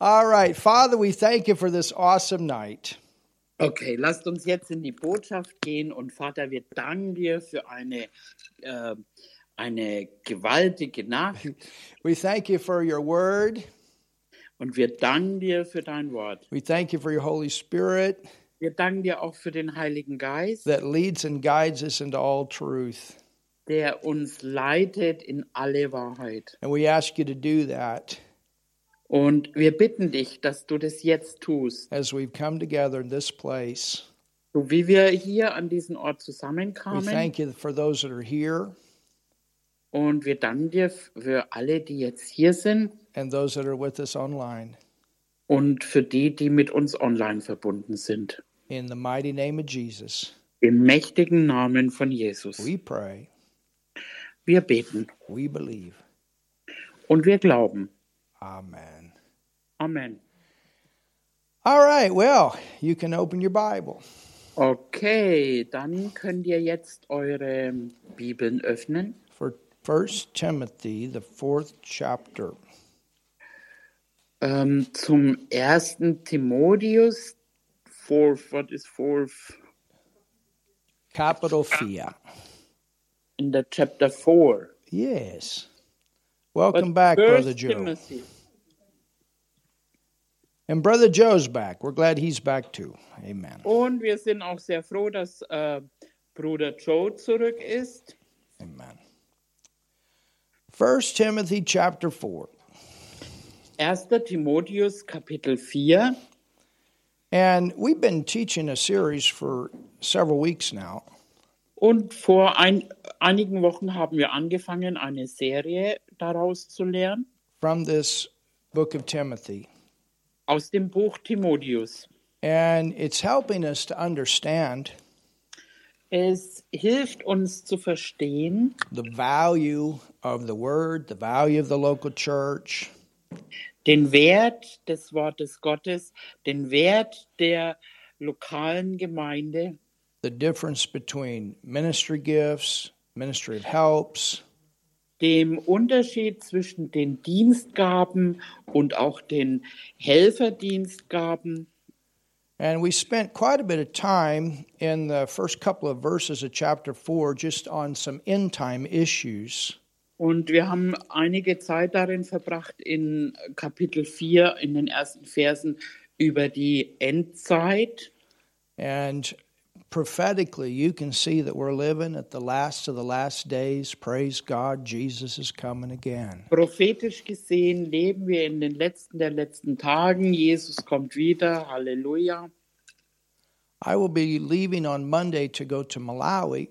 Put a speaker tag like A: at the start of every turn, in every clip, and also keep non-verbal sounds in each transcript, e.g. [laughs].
A: All right, Father, we thank you for this awesome night.
B: Okay, lasst uns jetzt in die Botschaft gehen und Vater, wir danken dir für eine, äh, eine gewaltige Nacht
A: We thank you for your word.
B: und wir danken dir für dein Wort.
A: We thank you for your Holy Spirit
B: Wir danken dir auch für den Heiligen Geist,
A: that leads and guides us into all truth.
B: der uns leitet in alle Wahrheit.
A: And we ask you to do that
B: Und wir bitten dich, dass du das jetzt tust.
A: as we've come together in this place.
B: So wie wir hier an diesen Ort
A: We
B: zusammenkamen
A: thank you for those that are here
B: und wir danken dir für alle, die jetzt hier sind
A: and those that are with us online.
B: und für die, die mit uns online verbunden sind.
A: In the mighty name of Jesus,
B: Im mächtigen Namen von Jesus.
A: we pray,
B: Wir beten
A: we believe.
B: und wir glauben.
A: Amen.
B: Amen.
A: All right, well, you can open your Bible.
B: Okay, dann könnt ihr jetzt eure Bibeln öffnen.
A: for 1 Timothy, the fourth chapter.
B: Ähm, zum ersten Timotheus, fourth, what is fourth?
A: Capital Fiat.
B: In the chapter 4.
A: Yes. Welcome back, Brother Joe.
B: Timothy.
A: And Brother Joe's back. We're glad he's back too. Amen.
B: Und wir sind auch sehr froh, dass äh, Bruder Joe zurück ist.
A: Amen. 1 Timothy chapter 4.
B: 1. Timotheus, Kapitel 4.
A: And we've been teaching a series for several weeks now.
B: Und vor ein, einigen Wochen haben wir angefangen, eine Serie daraus zu lernen,
A: from this book of Timothy.
B: aus dem Buch Timotheus.
A: And it's helping us to understand
B: Es hilft uns zu verstehen,
A: the value of the word, the value of the local church,
B: den Wert des Wortes Gottes, den Wert der lokalen Gemeinde,
A: the difference between ministry gifts, ministry of helps,
B: dem Unterschied zwischen den Dienstgaben und auch den Helferdienstgaben.
A: and we spent quite a bit of time in the first couple of verses of chapter 4 just on some end time issues.
B: Und wir haben einige Zeit darin verbracht, in Kapitel 4, in den ersten Versen, über die Endzeit.
A: And prophetically, you can see that we're living at the last of the last days. Praise God, Jesus is coming again.
B: Prophetisch gesehen leben wir in den letzten der letzten Tagen. Jesus kommt wieder. Halleluja.
A: I will be leaving on Monday to go to Malawi,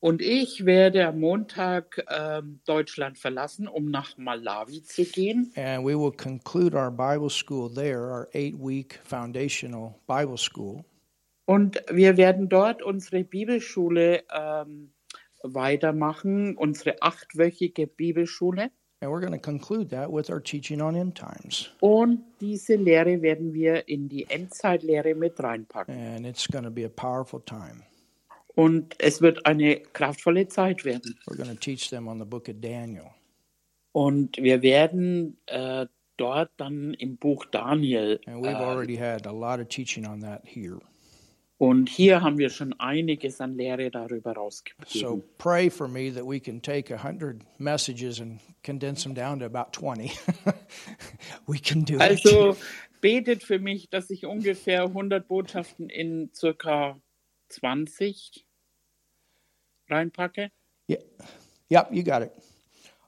B: Und ich werde am Montag ähm, Deutschland verlassen, um nach Malawi zu gehen.
A: and we will conclude our Bible school there, our eight week foundational Bible school.
B: Und wir werden dort unsere Bibelschule ähm, weitermachen, unsere achtwöchige Bibelschule.
A: And we're going to conclude that with our teaching on end times.
B: Und diese Lehre werden wir in die Endzeitlehre mit reinpacken.
A: And it's going to be a powerful time.
B: Und es wird eine kraftvolle Zeit werden.
A: We're going to teach them on the book of Daniel.
B: Und wir werden äh, dort dann im Buch Daniel.
A: And we've
B: Äh,
A: already had a lot of teaching on that here.
B: und hier haben wir schon einiges an Lehre darüber rausgegeben.
A: So pray for me that we can take 100 messages and condense them down to about 20. [laughs] we can do it.
B: Also
A: [laughs]
B: betet für mich, dass ich ungefähr 100 Botschaften in circa 20 reinpacke.
A: Yep, you got it.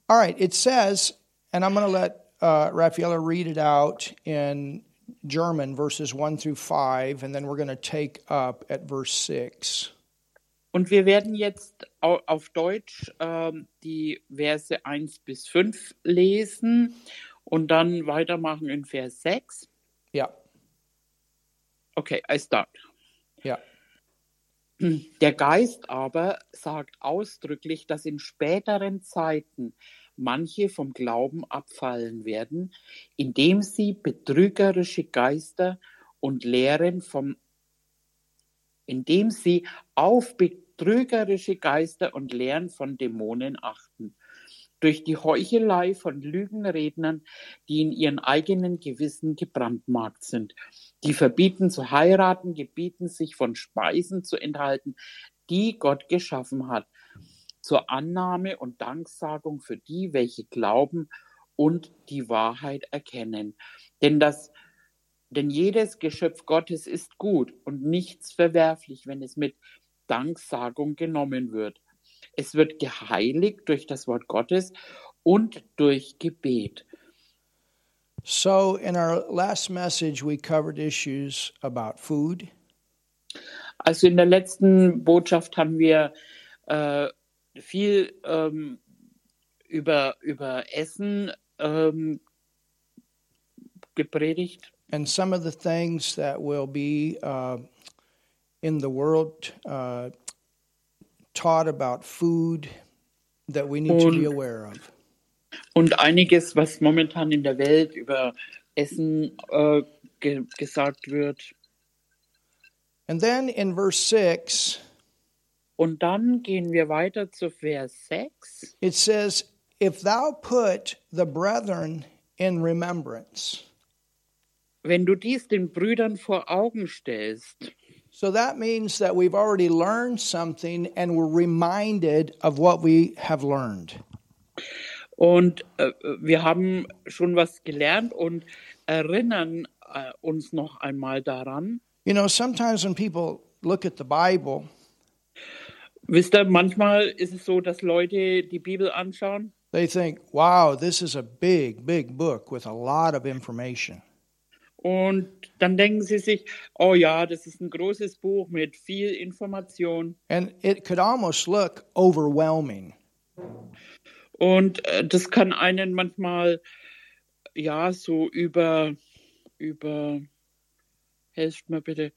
A: All right, it says, and I'm going to let uh, Raffaella read it out in German, verses 1 through 5, and then we're going to take up at verse 6.
B: Und wir werden jetzt au- auf Deutsch ähm, die Verse 1 bis 5 lesen und dann weitermachen in Vers 6.
A: Yeah,
B: Okay, I start.
A: yeah.
B: Der Geist aber sagt ausdrücklich, dass in späteren Zeiten manche vom Glauben abfallen werden, indem sie betrügerische Geister und Lehren vom indem sie auf betrügerische Geister und Lehren von Dämonen achten durch die Heuchelei von Lügenrednern, die in ihren eigenen Gewissen gebrandmarkt sind. Die verbieten zu heiraten, gebieten sich von Speisen zu enthalten, die Gott geschaffen hat, zur Annahme und Danksagung für die, welche glauben und die Wahrheit erkennen. Denn das denn jedes Geschöpf Gottes ist gut und nichts verwerflich, wenn es mit Danksagung genommen wird. Es wird geheiligt durch das Wort Gottes und durch Gebet.
A: So, in our last message, we covered issues about food,
B: Also in der letzten Botschaft haben wir äh, viel ähm, über, über Essen ähm, gepredigt.
A: and some of the things that will be uh, in the world uh, taught about food that we need to be
B: Und-
A: aware of.
B: Und einiges, was momentan in der Welt über Essen äh, ge gesagt wird.
A: And then in verse 6,
B: Und dann gehen wir weiter zu Vers 6.
A: it says, If thou put the brethren in remembrance.
B: Wenn du dies den Brüdern vor Augen stellst,
A: So that means that we've already learned something and we're reminded of what we have learned.
B: Und äh, wir haben schon was gelernt und erinnern äh, uns noch einmal daran.
A: You know, sometimes when people look at the Bible,
B: Wisst ihr, manchmal ist es so, dass Leute die Bibel anschauen
A: they think, wow, this is a big, big book with a lot of information.
B: und dann denken sie sich, oh ja, das ist ein großes Buch mit viel Information.
A: And it could almost look overwhelming.
B: Und äh, das kann einen manchmal, ja, so über, über, helft mir bitte,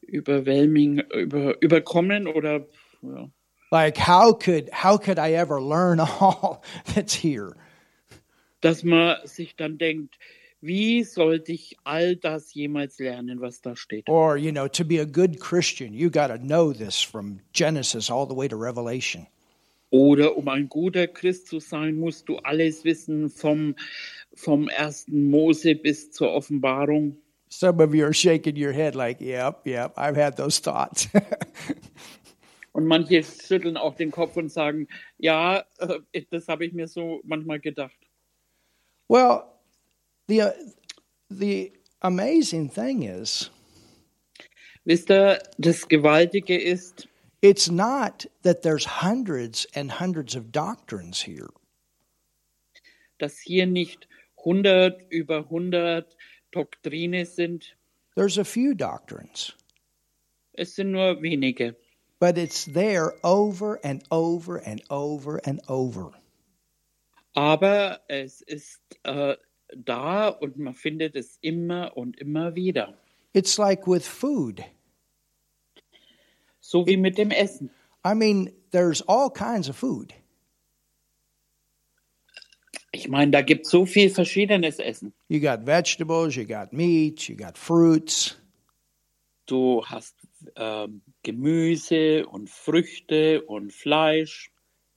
B: überwhelming, über, überkommen oder, ja.
A: Like how could how could I ever learn [laughs] all that's here?
B: dass man sich dann denkt, wie sollte ich all das jemals lernen, was da steht?
A: Or, you know, to be a good Christian, you got to know this from Genesis all the way to Revelation.
B: Oder um ein guter Christ zu sein, musst du alles wissen vom, vom ersten Mose bis zur Offenbarung.
A: Some of you are shaking your head like, yep, yep, I've had those thoughts. [laughs]
B: Und manche schütteln auch den Kopf und sagen, ja, äh, das habe ich mir so manchmal gedacht.
A: well, the uh, the amazing thing is
B: Wisst ihr, das Gewaltige ist,
A: it's not that there's hundreds and hundreds of doctrines here.
B: dass hier nicht 100 über 100 Doktrine sind.
A: There's a few doctrines,
B: Es sind nur wenige.
A: but it's there over and over and over and over.
B: Aber es ist äh, da und man findet es immer und immer wieder.
A: It's like with food.
B: So wie mit dem Essen.
A: I mean, there's all kinds of food.
B: Ich meine, da gibt es so viel verschiedenes Essen.
A: You got vegetables, you got meat, you got fruits.
B: Du hast ähm, Gemüse und Früchte und Fleisch.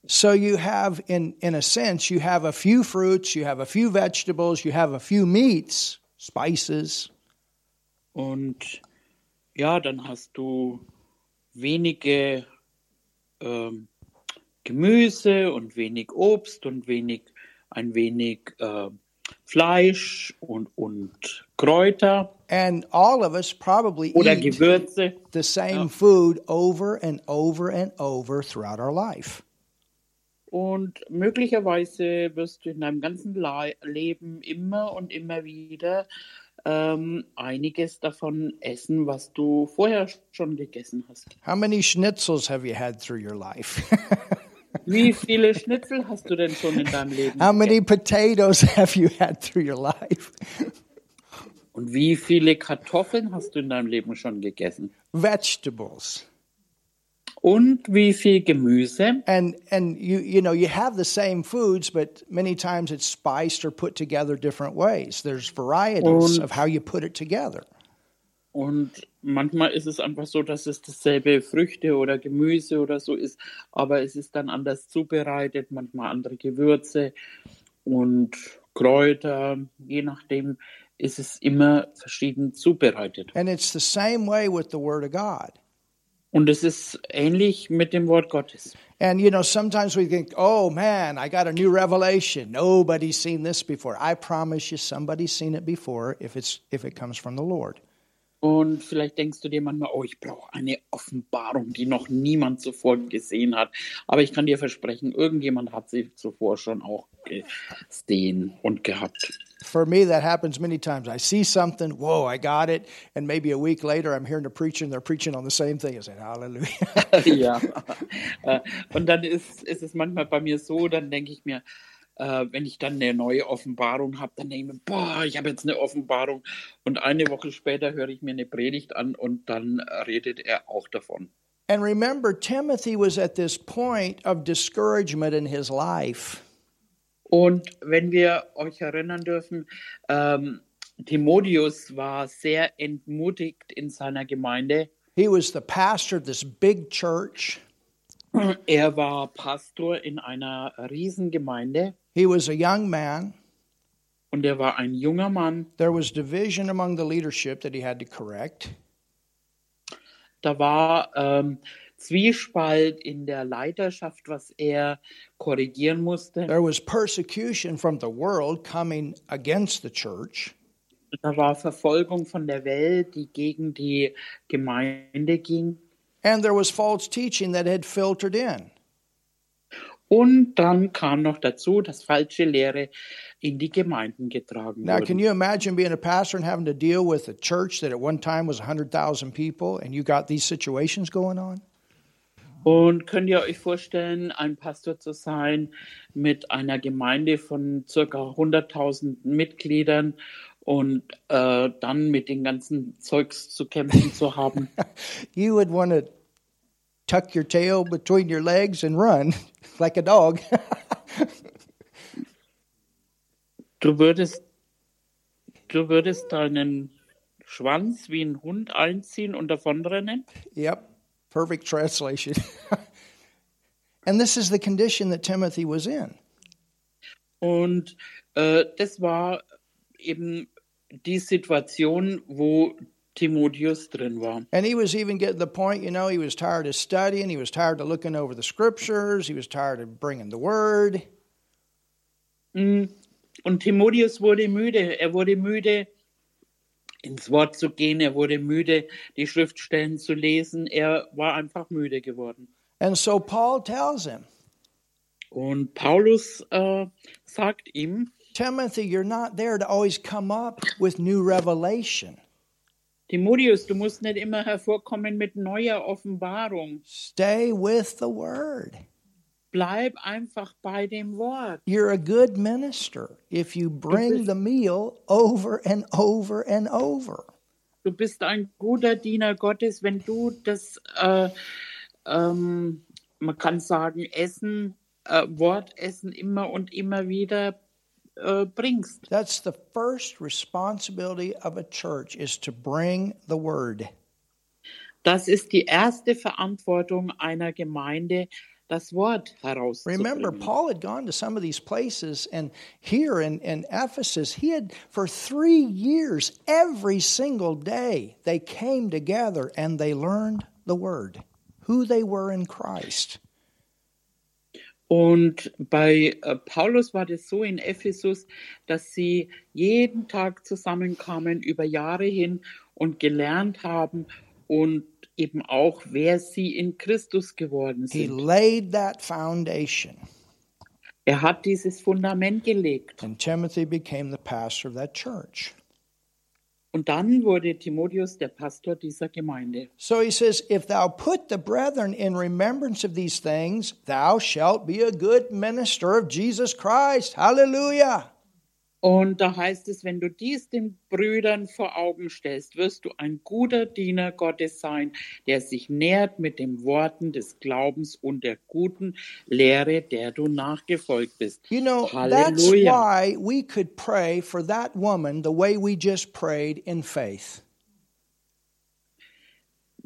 A: So you have, in, in a sense, you have a few fruits, you have a few vegetables, you have a few meats, spices.
B: Und ja, dann hast du wenige ähm, Gemüse und wenig Obst und wenig, ein wenig äh, Fleisch und, und Kräuter
A: And all of us probably
B: oder
A: eat
B: Gewürze.
A: the same food over and over and over throughout our life.
B: Und möglicherweise wirst du in deinem ganzen Le Leben immer und immer wieder ähm, einiges davon essen, was du vorher schon gegessen hast.
A: How many schnitzels have you had through your life? [laughs]
B: Wie [laughs] viele Schnitzel hast du denn schon in deinem Leben?
A: How many potatoes [laughs] have you had through your life?
B: Und wie viele Kartoffeln hast du in deinem Leben schon gegessen?
A: Vegetables.
B: Und wie viel Gemüse?
A: And and you you know, you have the same foods, but many times it's spiced or put together different ways. There's varieties
B: Und-
A: of how you put it together.
B: Und manchmal ist es einfach so, dass es dasselbe Früchte oder Gemüse oder so ist, aber es ist dann anders zubereitet, manchmal andere Gewürze und Kräuter, je nachdem ist es immer verschieden zubereitet.
A: And it's the same way with the Word of God.
B: Und es ist ähnlich mit dem Wort Gottes.
A: And you know, sometimes we think, oh man, I got a new revelation. Nobody's seen this before. I promise you, somebody's seen it before if, it's, if it comes from the Lord.
B: Und vielleicht denkst du dir manchmal, oh, ich brauche eine Offenbarung, die noch niemand zuvor gesehen hat. Aber ich kann dir versprechen, irgendjemand hat sie zuvor schon auch gesehen und gehabt.
A: For me, that happens many times. I see something, whoa, I got it. And maybe a week later, I'm hearing a preacher and they're preaching on the same thing. I said, Hallelujah. [laughs]
B: ja. Äh, Und dann ist, ist es manchmal bei mir so, dann denke ich mir, äh, wenn ich dann eine neue Offenbarung habe, dann denke ich mir, boah, ich habe jetzt eine Offenbarung. Und eine Woche später höre ich mir eine Predigt an und dann redet er auch davon.
A: and remember, Timothy was at this point of discouragement in his life.
B: Und wenn wir euch erinnern dürfen, ähm, Timotheus war sehr entmutigt in seiner Gemeinde.
A: He was the pastor of this big church,
B: Er war Pastor in einer Riesengemeinde
A: he was a young man.
B: und er war ein junger Mann.
A: There was division among the leadership that he had to correct.
B: Da war ähm, Zwiespalt in der Leiterschaft, was er korrigieren musste.
A: There was persecution from the world coming against the church.
B: Da war Verfolgung von der Welt, die gegen die Gemeinde ging.
A: And there was false teaching that had filtered in.
B: Und dann kam noch dazu, dass falsche Lehre in die Gemeinden getragen
A: Now,
B: wurde.
A: can you imagine being a pastor and having to deal with a church that at one time was 100,000 people and you got these situations going on?
B: Und könnt ihr euch vorstellen, ein Pastor zu sein mit einer Gemeinde von circa 100.000 Mitgliedern und äh, dann mit den ganzen Zeugs zu kämpfen zu haben?
A: You would want to tuck your tail between your legs and run [laughs] like a dog. [laughs]
B: Du würdest, du würdest deinen Schwanz wie ein Hund einziehen und davonrennen?
A: yep, perfect translation. [laughs] and this is the condition that Timothy was in.
B: Und äh, das war eben die Situation, wo Timotheus drin war.
A: And he was even getting to the point, you know, he was tired of studying, he was tired of looking over the scriptures, he was tired of bringing the word.
B: Mm. Und Timotheus wurde müde. Er wurde müde, ins Wort zu gehen. Er wurde müde, die Schriftstellen zu lesen. Er war einfach müde geworden.
A: And so Paul tells him,
B: Und Paulus äh, sagt ihm,
A: Timothy, you're not there to always come up with new revelation.
B: Timotheus, du musst nicht immer hervorkommen mit neuer Offenbarung.
A: Stay with the word.
B: Bleib einfach bei dem Wort.
A: You're a good minister if you bring the meal over and over and over.
B: Du bist ein guter Diener Gottes, wenn du das, äh, ähm, man kann sagen, Essen, äh, Wortessen immer und immer wieder äh, bringst.
A: That's the first responsibility of a church is to bring the word.
B: Das ist die erste Verantwortung einer Gemeinde, das Wort herauszubringen.
A: Remember, Paul had gone to some of these places, and here in, in Ephesus, he had for three years, every single day, they came together and they learned the word, who they were in Christ.
B: Und bei äh, Paulus war das so in Ephesus, dass sie jeden Tag zusammenkamen über Jahre hin und gelernt haben und eben auch, wer sie in Christus geworden
A: He
B: sind.
A: laid that foundation,
B: Er hat dieses Fundament gelegt.
A: and Timothy became the pastor of that church.
B: Und dann wurde Timotheus der Pastor dieser Gemeinde.
A: So he says, If thou put the brethren in remembrance of these things, thou shalt be a good minister of Jesus Christ. Hallelujah.
B: Und da heißt es, wenn du dies den Brüdern vor Augen stellst, wirst du ein guter Diener Gottes sein, der sich nährt mit den Worten des Glaubens und der guten Lehre, der du nachgefolgt bist.
A: You know, that's
B: Halleluja.
A: why we could pray for that woman the way we just prayed in faith.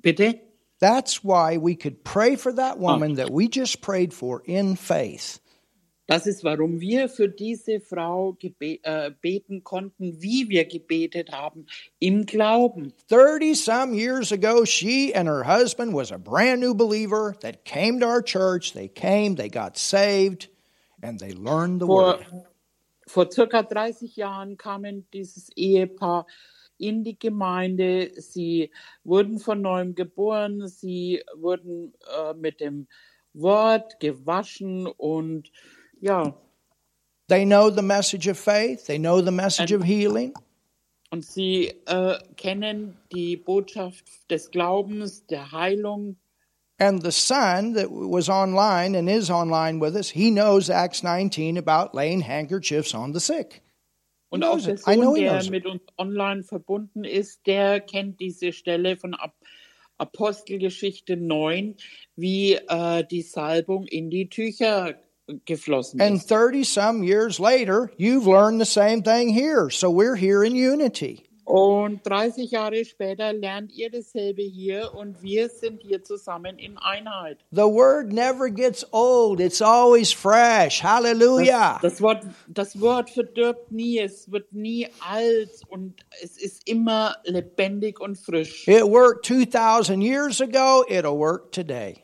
B: Bitte?
A: That's why we could pray for that woman that we just prayed for in faith.
B: Das ist, warum wir für diese Frau gebe äh, beten konnten, wie wir gebetet haben, im Glauben.
A: 30 some years ago, she and her husband was a brand new believer that came to our church. They came, they got saved, and they learned the
B: Vor,
A: word.
B: vor circa 30 Jahren kamen dieses Ehepaar in die Gemeinde. Sie wurden von neuem geboren. Sie wurden äh, mit dem Wort gewaschen und ja,
A: They know the message of faith, they know the message of healing.
B: und sie äh, kennen die Botschaft des Glaubens, der Heilung.
A: And the son that was online and is online with us, he knows Acts 19 about laying handkerchiefs on the sick.
B: Und
A: Knows
B: auch der
A: it. I know
B: Sohn,
A: he
B: der
A: knows it.
B: mit uns online verbunden ist, der kennt diese Stelle von Ap Apostelgeschichte 9, wie äh, die Salbung in die Tücher geflossen
A: And
B: ist.
A: 30 some years later, you've learned the same thing here. So we're here in unity.
B: Und 30 Jahre später lernt ihr dasselbe hier und wir sind hier zusammen in Einheit.
A: The word never gets old, it's always fresh. Hallelujah.
B: Das Wort, das Wort verdirbt nie, es wird nie alt und es ist immer lebendig und frisch.
A: It worked 2,000 years ago, it'll work today.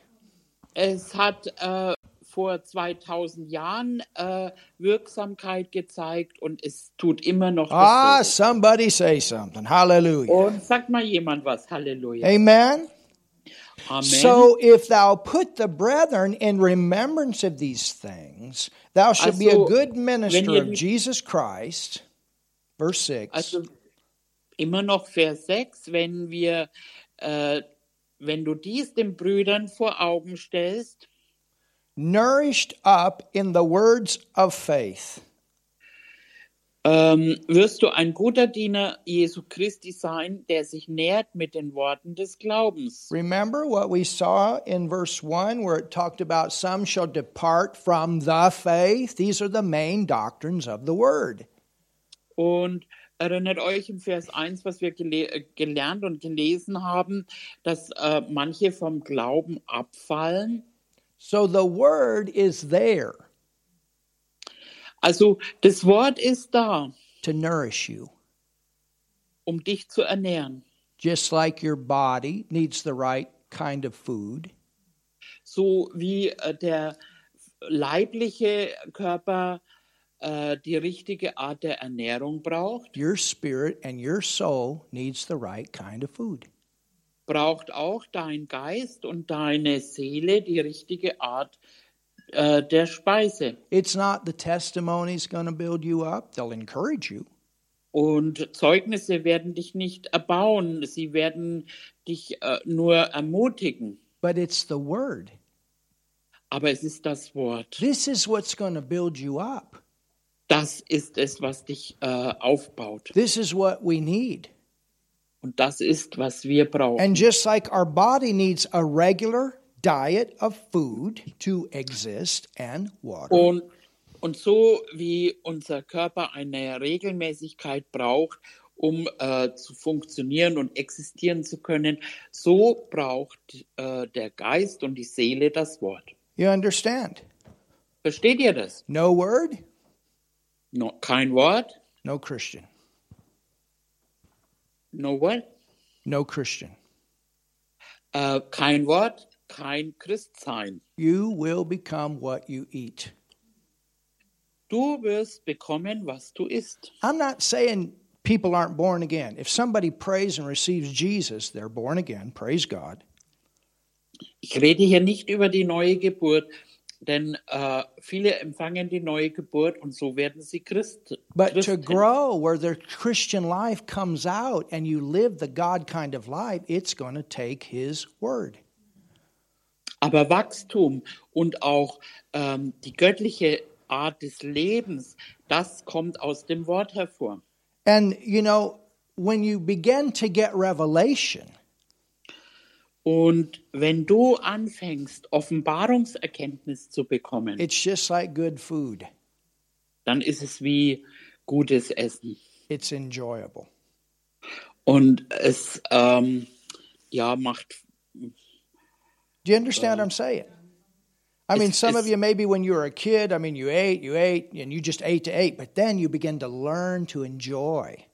B: Es hat äh, vor 2000 Jahren äh, Wirksamkeit gezeigt und es tut immer noch
A: Ah,
B: dasselbe.
A: somebody say something. Hallelujah.
B: Und sagt mal jemand was, Halleluja.
A: Amen.
B: Amen.
A: So if thou put the brethren in remembrance of these things, thou shalt be a
B: Also,
A: good
B: wenn
A: minister
B: ihr
A: of
B: die-
A: Jesus Christ. Verse 6.
B: Also immer noch Vers 6, wenn wir, äh, wenn du dies den Brüdern vor Augen stellst,
A: nourished up in the words of faith.
B: ähm, wirst du ein guter Diener Jesu Christi sein, der sich nährt mit den Worten des Glaubens.
A: Remember what we saw in verse 1 where it talked about some shall depart from the faith. These are the main doctrines of the word.
B: Und erinnert euch im Vers 1, was wir gele äh, gelernt und gelesen haben, dass äh, manche vom Glauben abfallen.
A: So the word is there
B: Also das Wort ist da,
A: to nourish you,
B: um dich zu ernähren.
A: just like your body needs the right kind of food.
B: so wie äh, der leibliche Körper äh, die richtige Art der Ernährung braucht,
A: Your spirit and your soul needs the right kind of food.
B: braucht auch dein Geist und deine Seele die richtige Art äh, der Speise.
A: It's not the testimonies going to build you up, they'll encourage you.
B: Und Zeugnisse werden dich nicht erbauen, sie werden dich äh, nur ermutigen.
A: But it's the word.
B: Aber es ist das Wort.
A: This is what's going to build you up.
B: Das ist es, was dich äh, aufbaut.
A: This is what we need.
B: Und das ist, was wir brauchen.
A: And just like our body needs a regular diet of food to exist and water,
B: Und, und so wie unser Körper eine Regelmäßigkeit braucht, um äh, zu funktionieren und existieren zu können, so braucht äh, der Geist und die Seele das Wort.
A: you understand?
B: Versteht ihr das?
A: No word,
B: No, kein Wort?
A: no Christian.
B: No word?
A: No Christian.
B: Äh, kein Wort? Kein Christsein.
A: You will become what you eat.
B: Du wirst bekommen, was du isst.
A: I'm not saying people aren't born again. If somebody prays and receives Jesus, they're born again. Praise God.
B: Ich rede hier nicht über die neue Geburt, denn äh, viele empfangen die neue Geburt und so werden sie Christ.
A: But to
B: Christen.
A: grow where their Christian life comes out and you live the God kind of life, it's going to take His Word.
B: Aber Wachstum und auch ähm, die göttliche Art des Lebens, das kommt aus dem Wort hervor.
A: And, you know, when you begin to get revelation,
B: Und wenn du anfängst, Offenbarungserkenntnis zu bekommen,
A: it's just like good food,
B: dann ist es wie gutes Essen.
A: it's enjoyable.
B: Und es, ähm, ja, macht.
A: Do you understand what I'm saying? I mean,
B: It's-
A: some of
B: it's-
A: you, maybe when you were a kid, I mean, you ate, you ate, and you just ate to ate, but then you begin to learn to enjoy.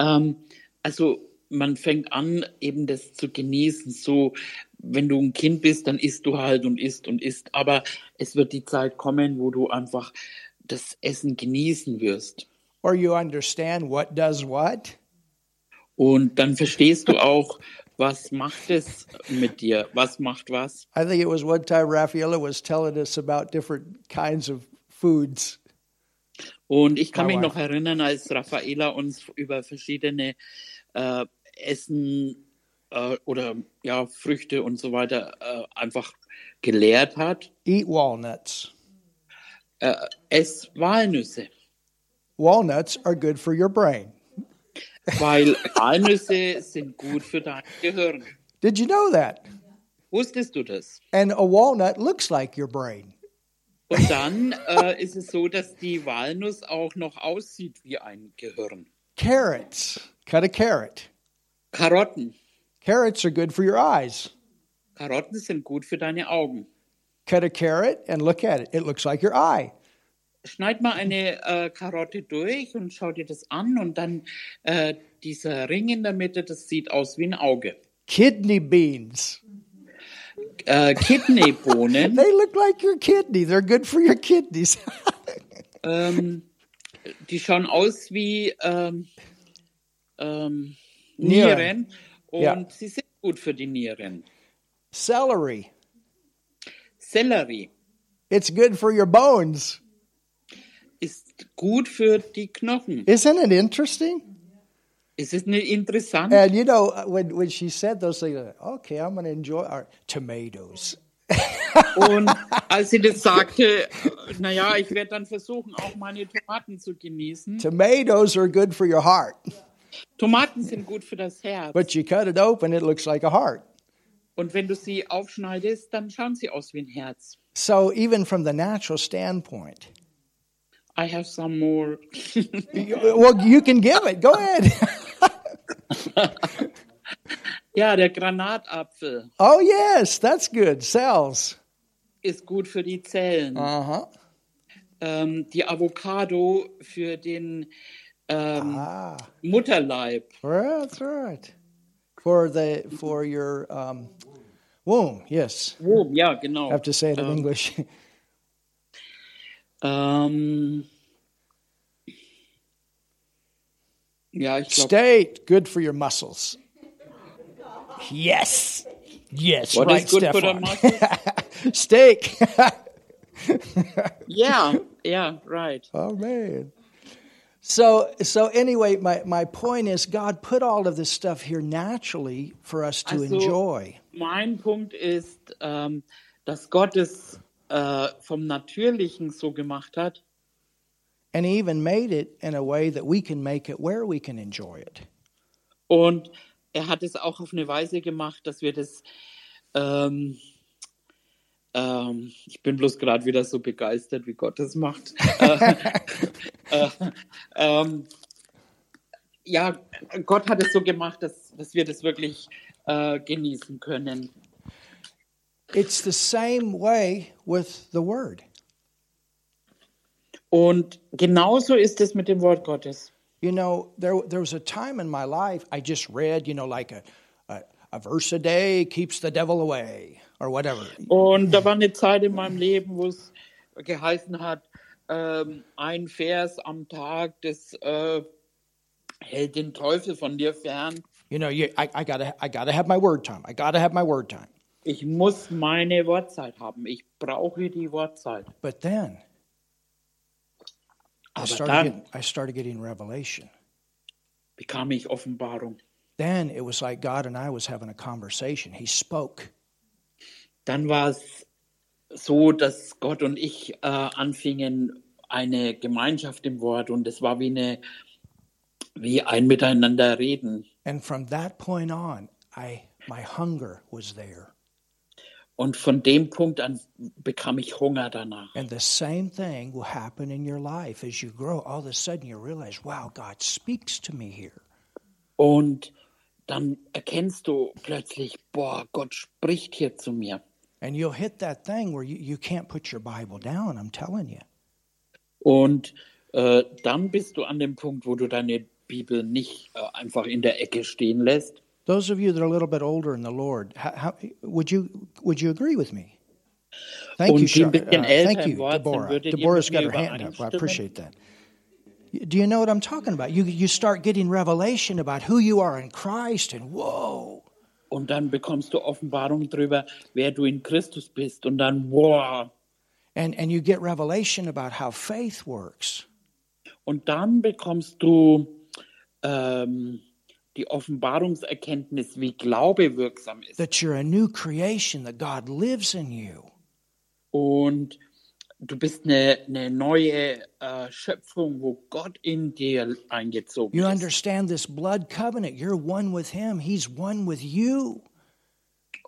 B: Ähm, also man fängt an, eben das zu genießen. So, wenn du ein Kind bist, dann isst du halt und isst und isst. Aber es wird die Zeit kommen, wo du einfach das Essen genießen wirst.
A: Or you understand what does what.
B: Und dann verstehst du auch, was macht es mit dir? Was macht was?
A: I think it was one time Raffaella was telling us about different kinds of foods.
B: Und ich kann
A: My
B: mich
A: wife.
B: noch erinnern, als Raffaela uns über verschiedene äh, Essen äh, oder ja, Früchte und so weiter äh, einfach gelehrt hat.
A: Eat walnuts.
B: Äh, ess Walnüsse,
A: Walnuts are good for your brain.
B: weil Walnüsse sind gut für dein Gehirn.
A: Did you know that?
B: Wusstest du das?
A: And a walnut looks like your brain.
B: Und dann äh, ist es so, dass die Walnuss auch noch aussieht wie ein Gehirn.
A: Carrots. Cut a carrot.
B: Karotten.
A: Carrots are good for your eyes.
B: Karotten sind gut für deine Augen.
A: Cut a carrot and look at it. It looks like your eye.
B: Schneid mal eine äh, Karotte durch und schau dir das an und dann äh, dieser Ring in der Mitte, das sieht aus wie ein Auge.
A: Kidney beans. [laughs]
B: Äh, Kidneybohnen,
A: They look like your kidney. They're good for your kidneys. [laughs]
B: ähm, die schauen aus wie ähm, ähm,
A: Nieren.
B: Nieren und
A: Ja.
B: sie sind gut für die Nieren.
A: Celery.
B: Sellerie
A: It's good for your bones.
B: ist gut für die Knochen.
A: Isn't it interesting?
B: Es ist nicht interessant.
A: And you know, when, when she said those things, I was like, okay, I'm going to enjoy our tomatoes.
B: Und als sie das sagte, naja, ich werde dann versuchen, auch meine Tomaten zu genießen.
A: Tomatoes are good for your heart,
B: Tomaten sind gut für das Herz.
A: but you cut it open, it looks like a heart.
B: Und wenn du sie aufschneidest, dann schauen sie aus wie ein Herz.
A: So, even from the natural standpoint,
B: I have some more. [laughs]
A: you- well, you can give it. Go ahead. [laughs]
B: ja, der Granatapfel
A: oh, yes, that's good. Cells.
B: ist gut für die Zellen.
A: Uh huh.
B: Ähm, die Avocado für den ähm,
A: Ah,
B: Mutterleib.
A: well, that's right. For the for your um, womb, yes.
B: Oh, ja,
A: I
B: genau.
A: have to say it in
B: Ähm,
A: English. [laughs]
B: Ähm, ja, ich glaube,
A: State, good for your muscles. Yes. Yes,
B: What
A: right,
B: is good for the
A: Stefan. [laughs] Steak.
B: ja, ja, right.
A: oh man. So so anyway, my, my point is God put all of this stuff here naturally for us to
B: Also-
A: enjoy.
B: Mein Punkt ist, ähm, dass Gott es äh, vom Natürlichen so gemacht hat
A: And he even made it in a way that we can make it where we can enjoy it.
B: und er hat es auch auf eine Weise gemacht, dass wir das. Ähm, ähm, ich bin bloß gerade wieder so begeistert, wie Gott das macht. äh, äh, ähm, ja, Gott hat es so gemacht, dass, dass wir das wirklich äh, genießen können.
A: It's the same way with the word.
B: Und genauso ist es mit dem Wort Gottes.
A: You know, there there was a time in my life I just read, you know, like a a, a verse a day keeps the devil away or whatever.
B: Und da war eine Zeit in meinem Leben, wo es geheißen hat, ähm, ein Vers am Tag, das äh, hält den Teufel von dir fern.
A: You know, you, I, I gotta I gotta have my word time. I gotta have my word time.
B: Ich muss meine Wortzeit haben. Ich brauche die Wortzeit.
A: But then I
B: Aber
A: started
B: dann
A: getting, I started getting revelation.
B: bekam ich Offenbarung.
A: Then it was like God and I was having a conversation. He spoke.
B: Dann war es so, dass Gott und ich äh, anfingen, eine Gemeinschaft im Wort und es war wie eine wie ein Miteinander reden.
A: And from that point on, I my hunger was there.
B: Und von dem Punkt an bekam ich Hunger danach.
A: And the same thing will happen in your life as you grow. All of a sudden you realize, wow, God speaks to me here.
B: Und dann erkennst du plötzlich, boah, Gott spricht hier zu mir.
A: And you'll hit that thing where you, you can't put your Bible down, I'm telling you.
B: Und äh, dann bist du an dem Punkt, wo du deine Bibel nicht äh, einfach in der Ecke stehen lässt.
A: Those of you that are a little bit older in the Lord, how, how, would, you, would you agree with me? Thank
B: Und
A: you,
B: die
A: Shar-
B: ein bisschen
A: uh,
B: älter
A: Thank you,
B: im Wort sind,
A: Deborah.
B: würdet ihr
A: Deborah's
B: mit
A: got
B: mir
A: her hand up. I
B: übereinstimmen?
A: appreciate that. Do you know what I'm talking about? You, you start getting revelation about who you are in Christ, and whoa.
B: Und dann bekommst du Offenbarung darüber, wer du in Christus bist. Und dann, boah.
A: And, and you get revelation about how faith works.
B: Und dann bekommst du ähm, die Offenbarungserkenntnis, wie Glaube wirksam ist.
A: that you're a new creation, that God lives in you.
B: Und du bist eine, eine neue äh, Schöpfung, wo Gott in dir eingezogen
A: You
B: ist.
A: understand this blood covenant. You're one with Him, He's one with you.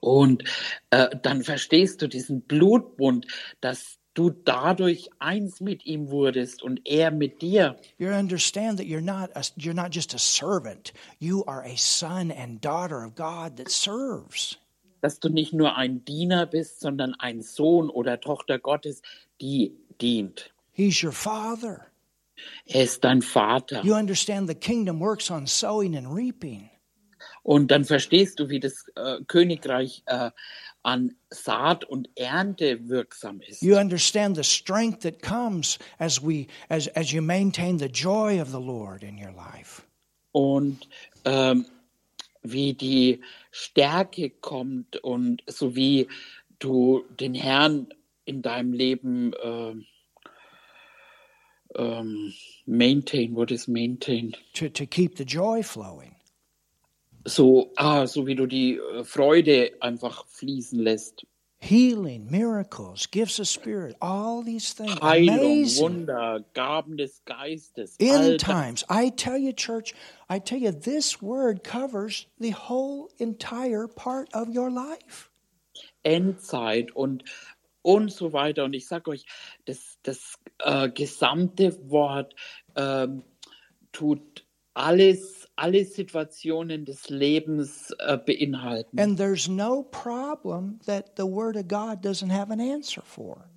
B: Und äh, dann verstehst du diesen Blutbund, dass du dadurch eins mit ihm wurdest und er mit dir.
A: You understand that you're not, a, you're not just a servant, you are a son and daughter of God that serves.
B: Dass du nicht nur ein Diener bist, sondern ein Sohn oder Tochter Gottes, die dient.
A: He's your father.
B: Er ist dein Vater.
A: You understand the kingdom works on sowing and reaping.
B: Und dann verstehst du, wie das äh, Königreich äh, an Saat und Ernte wirksam ist.
A: You understand the strength that comes as, we, as, as you maintain the joy of the Lord in your life.
B: und ähm, wie die Stärke kommt und so wie du den Herrn in deinem Leben ähm, ähm, maintain, what is maintain?
A: To, to keep the joy flowing.
B: So, ah, so wie du die äh, Freude einfach fließen lässt.
A: healing, miracles, gifts of spirit, all these things.
B: Heilung,
A: Amazing.
B: Wunder, Gaben des Geistes. all
A: End
B: das.
A: times. I tell you, church, I tell you, this word covers the whole entire part of your life.
B: Endzeit und und so weiter. Und ich sage euch, das, das äh, gesamte Wort ähm, tut alles, alle Situationen des Lebens äh, beinhalten.
A: And there's no problem that the Word of God doesn't have an answer for.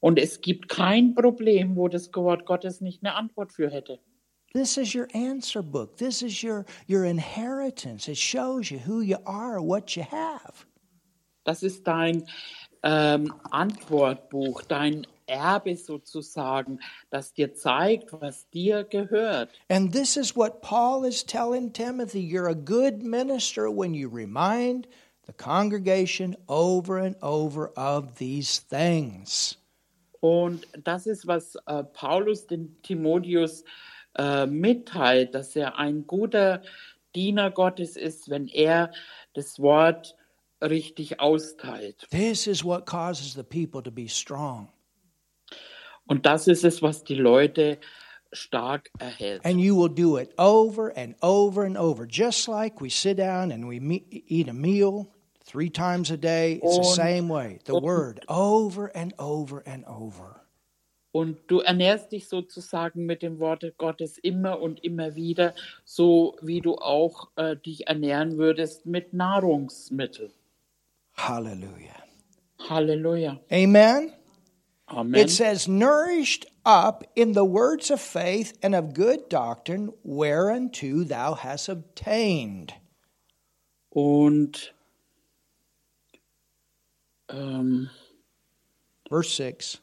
B: Und es gibt kein Problem, wo das Wort Gottes nicht eine Antwort für hätte.
A: This is your answer book. This is your, your inheritance. It shows you who you are, what you have.
B: Das ist dein ähm, Antwortbuch, dein Erbe sozusagen, das dir zeigt, was dir gehört.
A: And this is what Paul is telling Timothy you're a good minister when you remind the congregation over and over of these things.
B: Und das ist, was äh, Paulus dem Timotheus äh, mitteilt, dass er ein guter Diener Gottes ist, wenn er das Wort richtig austeilt.
A: This is what causes the people to be strong.
B: Und das ist es, was die Leute stark erhält.
A: And you will do it over and over and over, just like we sit down and we me- eat a meal three times a day. It's the
B: Und-
A: same way. The word over and over and over.
B: Und du ernährst dich sozusagen mit dem Wort Gottes immer und immer wieder, so wie du auch äh, dich ernähren würdest mit Nahrungsmitteln.
A: Hallelujah.
B: Halleluja.
A: Amen.
B: Amen.
A: It says, nourished up in the words of faith and of good doctrine, whereunto thou hast obtained.
B: Und ähm,
A: Verse 6.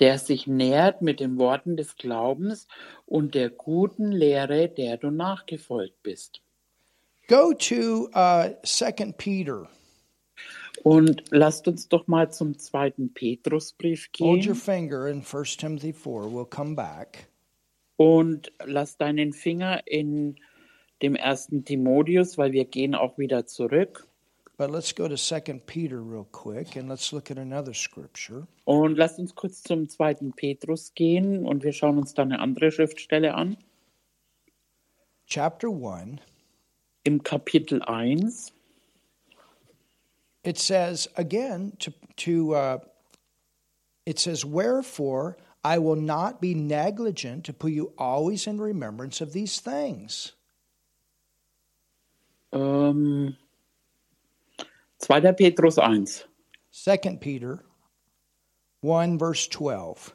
B: der sich nährt mit den Worten des Glaubens und der guten Lehre, der du nachgefolgt bist.
A: Go to uh, 2 Peter.
B: Und lasst uns doch mal zum zweiten Petrusbrief
A: Hold your
B: gehen
A: finger in 1 Timothy 4. We'll come back.
B: und lass deinen Finger in dem ersten Timotheus, weil wir gehen auch wieder zurück.
A: But let's go to 2 Peter real quick and let's look at another scripture.
B: Und lasst uns kurz zum zweiten Petrus gehen und wir schauen uns dann eine andere Schriftstelle an.
A: Chapter 1.
B: Im Kapitel 1.
A: it says again to to uh, it says wherefore I will not be negligent to put you always in remembrance of these things.
B: Ähm, 2. Petrus 1.
A: 2 Peter 1, verse 12.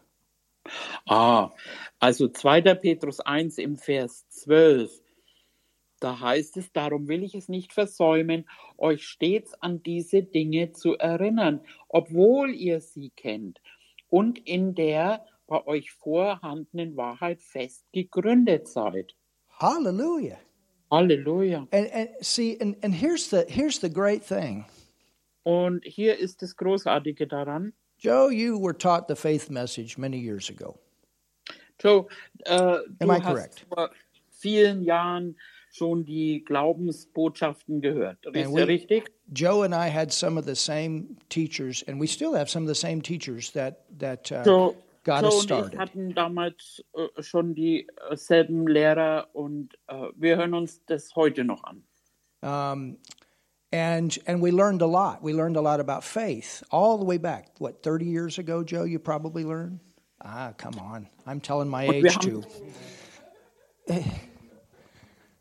B: Ah, also 2. Petrus 1 im Vers 12. Da heißt es, darum will ich es nicht versäumen, euch stets an diese Dinge zu erinnern, obwohl ihr sie kennt und in der bei euch vorhandenen Wahrheit fest gegründet seid.
A: Hallelujah.
B: Halleluja.
A: And, and see, and, and here's, the, here's the great thing
B: Und hier ist das Großartige daran.
A: Joe, you were taught the faith message many years ago.
B: Joe, äh, du
A: I
B: hast
A: correct?
B: vor vielen Jahren schon die Glaubensbotschaften gehört. Ist
A: we-
B: ja richtig?
A: Joe and I had some of the same teachers, and we still have some of the same teachers that, that uh,
B: Joe,
A: got
B: Joe
A: us
B: und ich
A: started.
B: hatten damals äh, schon dieselben Lehrer und äh, wir hören uns das heute noch an.
A: um, and and we learned a lot. We learned a lot about faith all the way back. What thirty years ago, Joe? You probably learned. Ah, come on! I'm telling my
B: Und wir
A: age
B: haben-
A: too.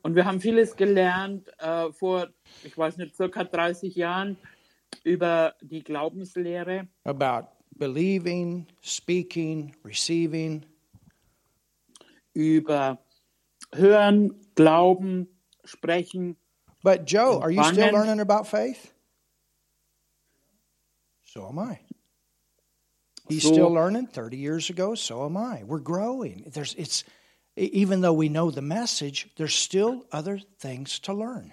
B: Und wir haben vieles gelernt äh, vor, ich weiß nicht, circa 30 Jahren über die Glaubenslehre.
A: About believing, speaking, receiving.
B: über Hören, Glauben, Sprechen.
A: But Joe, are you still
B: Abundance.
A: learning about faith? So am I. He's
B: So-
A: still learning. Thirty years ago, so am I. We're growing. There's it's e- even though we know the message, there's still other things to learn.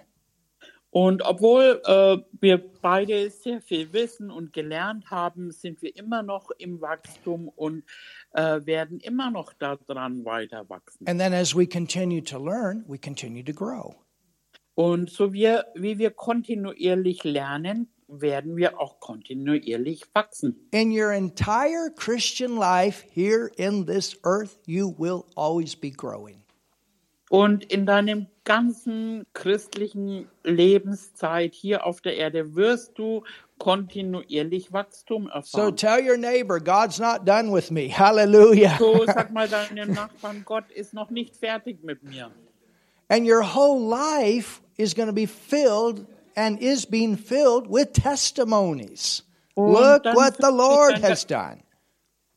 B: Und obwohl äh, wir beide sehr viel wissen und gelernt haben, sind wir immer noch im Wachstum und äh, werden immer noch daran weiter wachsen.
A: And then as we continue to learn, we continue to grow.
B: Und so wir, wie wir kontinuierlich lernen, werden wir auch kontinuierlich wachsen.
A: In your entire Christian life here in this earth, you will always be growing.
B: Und in deinem ganzen christlichen Lebenszeit hier auf der Erde wirst du kontinuierlich Wachstum
A: So
B: erfahren.
A: tell your neighbor, God's not done with me. [laughs] Hallelujah.
B: So, sag mal deinem Nachbarn, Gott ist noch nicht fertig mit mir.
A: [laughs] And your whole life is going to be filled and is being filled with testimonies.
B: Und
A: Look
B: dann
A: what the
B: wird sich
A: Lord
B: dein-
A: has done.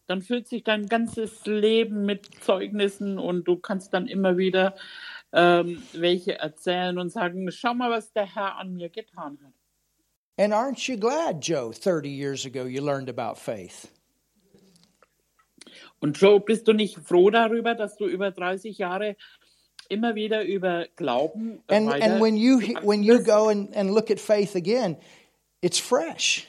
B: Dann füllt sich dein ganzes Leben mit Zeugnissen und du kannst dann immer wieder ähm, welche erzählen und sagen, schau mal, was der Herr an mir getan hat.
A: And aren't you glad, Joe, 30 years ago you learned about faith?
B: Und Joe, bist du nicht froh darüber, dass du über 30 Jahre immer wieder über Glauben äh,
A: And,
B: weiter
A: and when you
B: gewachsen
A: when you
B: bist?
A: go and, and look at faith again, it's fresh.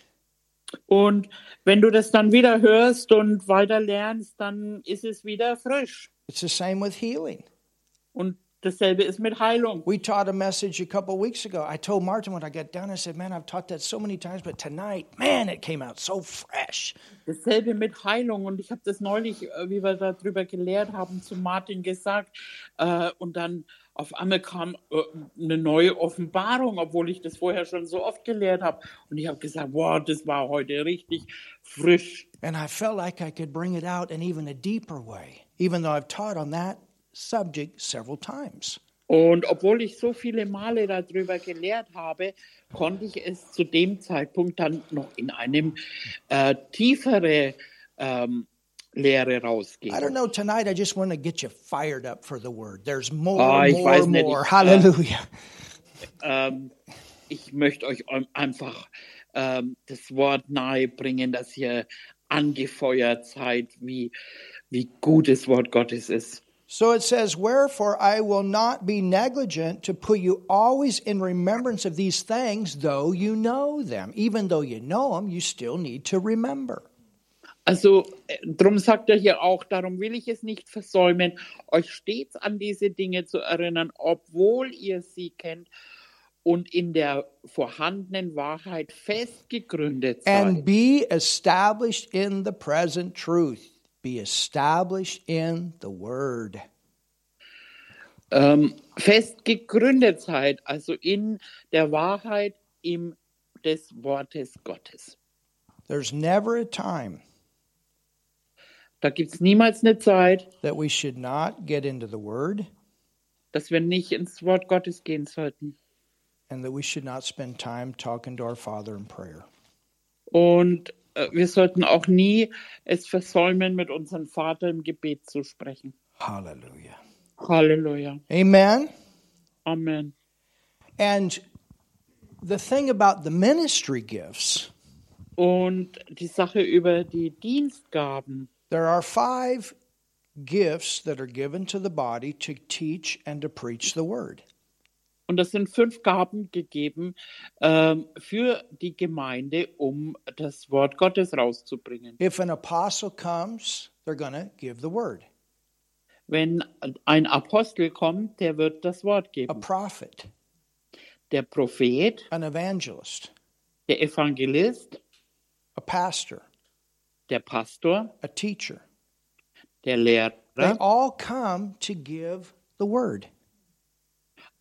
B: und wenn du das dann wieder hörst und weiter lernst, dann ist es wieder frisch.
A: It's the same with healing.
B: Und dasselbe ist mit Heilung.
A: We taught a message a couple weeks ago. I told Martin when I got done, I said, Man, I've taught that so many times, but tonight, man, it came out so fresh.
B: Dasselbe mit Heilung. Und ich habe das neulich, äh, wie wir darüber gelehrt haben, zu Martin gesagt. Äh, Und dann auf einmal kam äh, eine neue Offenbarung, obwohl ich das vorher schon so oft gelehrt habe. Und ich habe gesagt, wow, das war heute richtig frisch.
A: And I felt like I could bring it out in even a deeper way, even though I've taught on that subject several times.
B: Und obwohl ich so viele Male darüber gelehrt habe, konnte ich es zu dem Zeitpunkt dann noch in einem äh, tiefere ähm, Lehre rausgehen.
A: I don't know, tonight I just want to get you fired up for the word. There's more,
B: Ah, ich
A: more,
B: weiß nicht,
A: more.
B: ich-
A: Hallelujah.
B: ähm, ich möchte euch ein- einfach ähm, das Wort nahe bringen, dass ihr angefeuert seid, wie, wie gut das Wort Gottes ist.
A: So it says, Wherefore I will not be negligent to put you always in remembrance of these things, though you know them. Even though you know them, you still need to remember.
B: Also äh, drum sagt er hier auch, darum will ich es nicht versäumen, euch stets an diese Dinge zu erinnern, obwohl ihr sie kennt und in der vorhandenen Wahrheit festgegründet seid.
A: And be established in the present truth. Be established in the word.
B: ähm, fest gegründet seid, also in der Wahrheit im, des Wortes Gottes.
A: There's never a time
B: Da gibt es niemals eine Zeit,
A: that we should not get into the word
B: dass wir nicht ins Wort Gottes gehen sollten
A: and that we should not spend time talking to our Father in prayer.
B: Und äh, wir sollten auch nie es versäumen, mit unserem Vater im Gebet zu sprechen.
A: Hallelujah.
B: Halleluja.
A: Amen.
B: Amen.
A: And the thing about the ministry gifts,
B: Und die Sache über die Dienstgaben.
A: there are five gifts that are given to the body to teach and to preach the word.
B: Und es sind fünf Gaben gegeben ähm, für die Gemeinde, um das Wort Gottes rauszubringen.
A: If an apostle comes, they're going to give the word.
B: Wenn ein Apostel kommt, der wird das Wort
A: A
B: geben.
A: prophet,
B: Der Prophet,
A: an evangelist,
B: der Evangelist,
A: a pastor,
B: der Pastor,
A: a teacher.
B: der Lehrer,
A: They all come to give the word.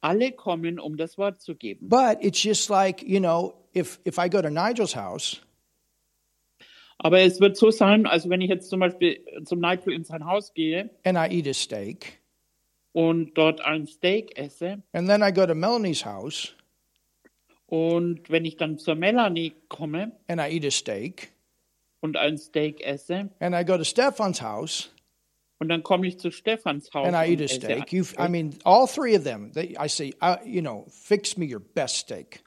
B: alle kommen, um das Wort zu geben.
A: But it's just like, you know, if if I go to Nigel's house,
B: Aber es wird so sein, also wenn ich jetzt zum Beispiel zum Nigel in sein Haus gehe
A: and I eat a steak,
B: und dort ein Steak esse
A: and then I go to Melanie's house
B: und wenn ich dann zur Melanie komme
A: and I eat a steak,
B: und ein Steak esse
A: and I go to Stefan's house
B: und dann komme ich zu Stefans Haus
A: and I eat a
B: und esse
A: steak,
B: ein
A: you I mean all three of them, they, I say, uh, you know, fix me your best steak.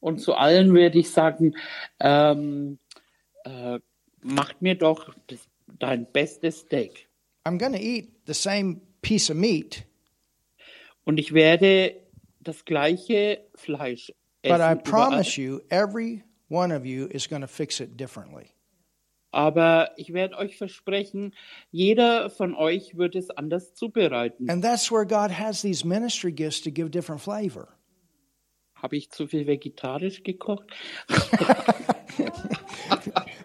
B: Und zu allen werde ich sagen, ähm, äh, mach mir doch das, dein bestes Steak.
A: I'm going to eat the same piece of meat,
B: Und ich werde das gleiche Fleisch essen.
A: but I
B: überall.
A: promise you every one of you is going to fix it differently.
B: Aber ich werde euch versprechen, jeder von euch wird es anders zubereiten.
A: And that's where God has these ministry gifts to give different flavor.
B: Habe ich zu viel vegetarisch gekocht? [laughs]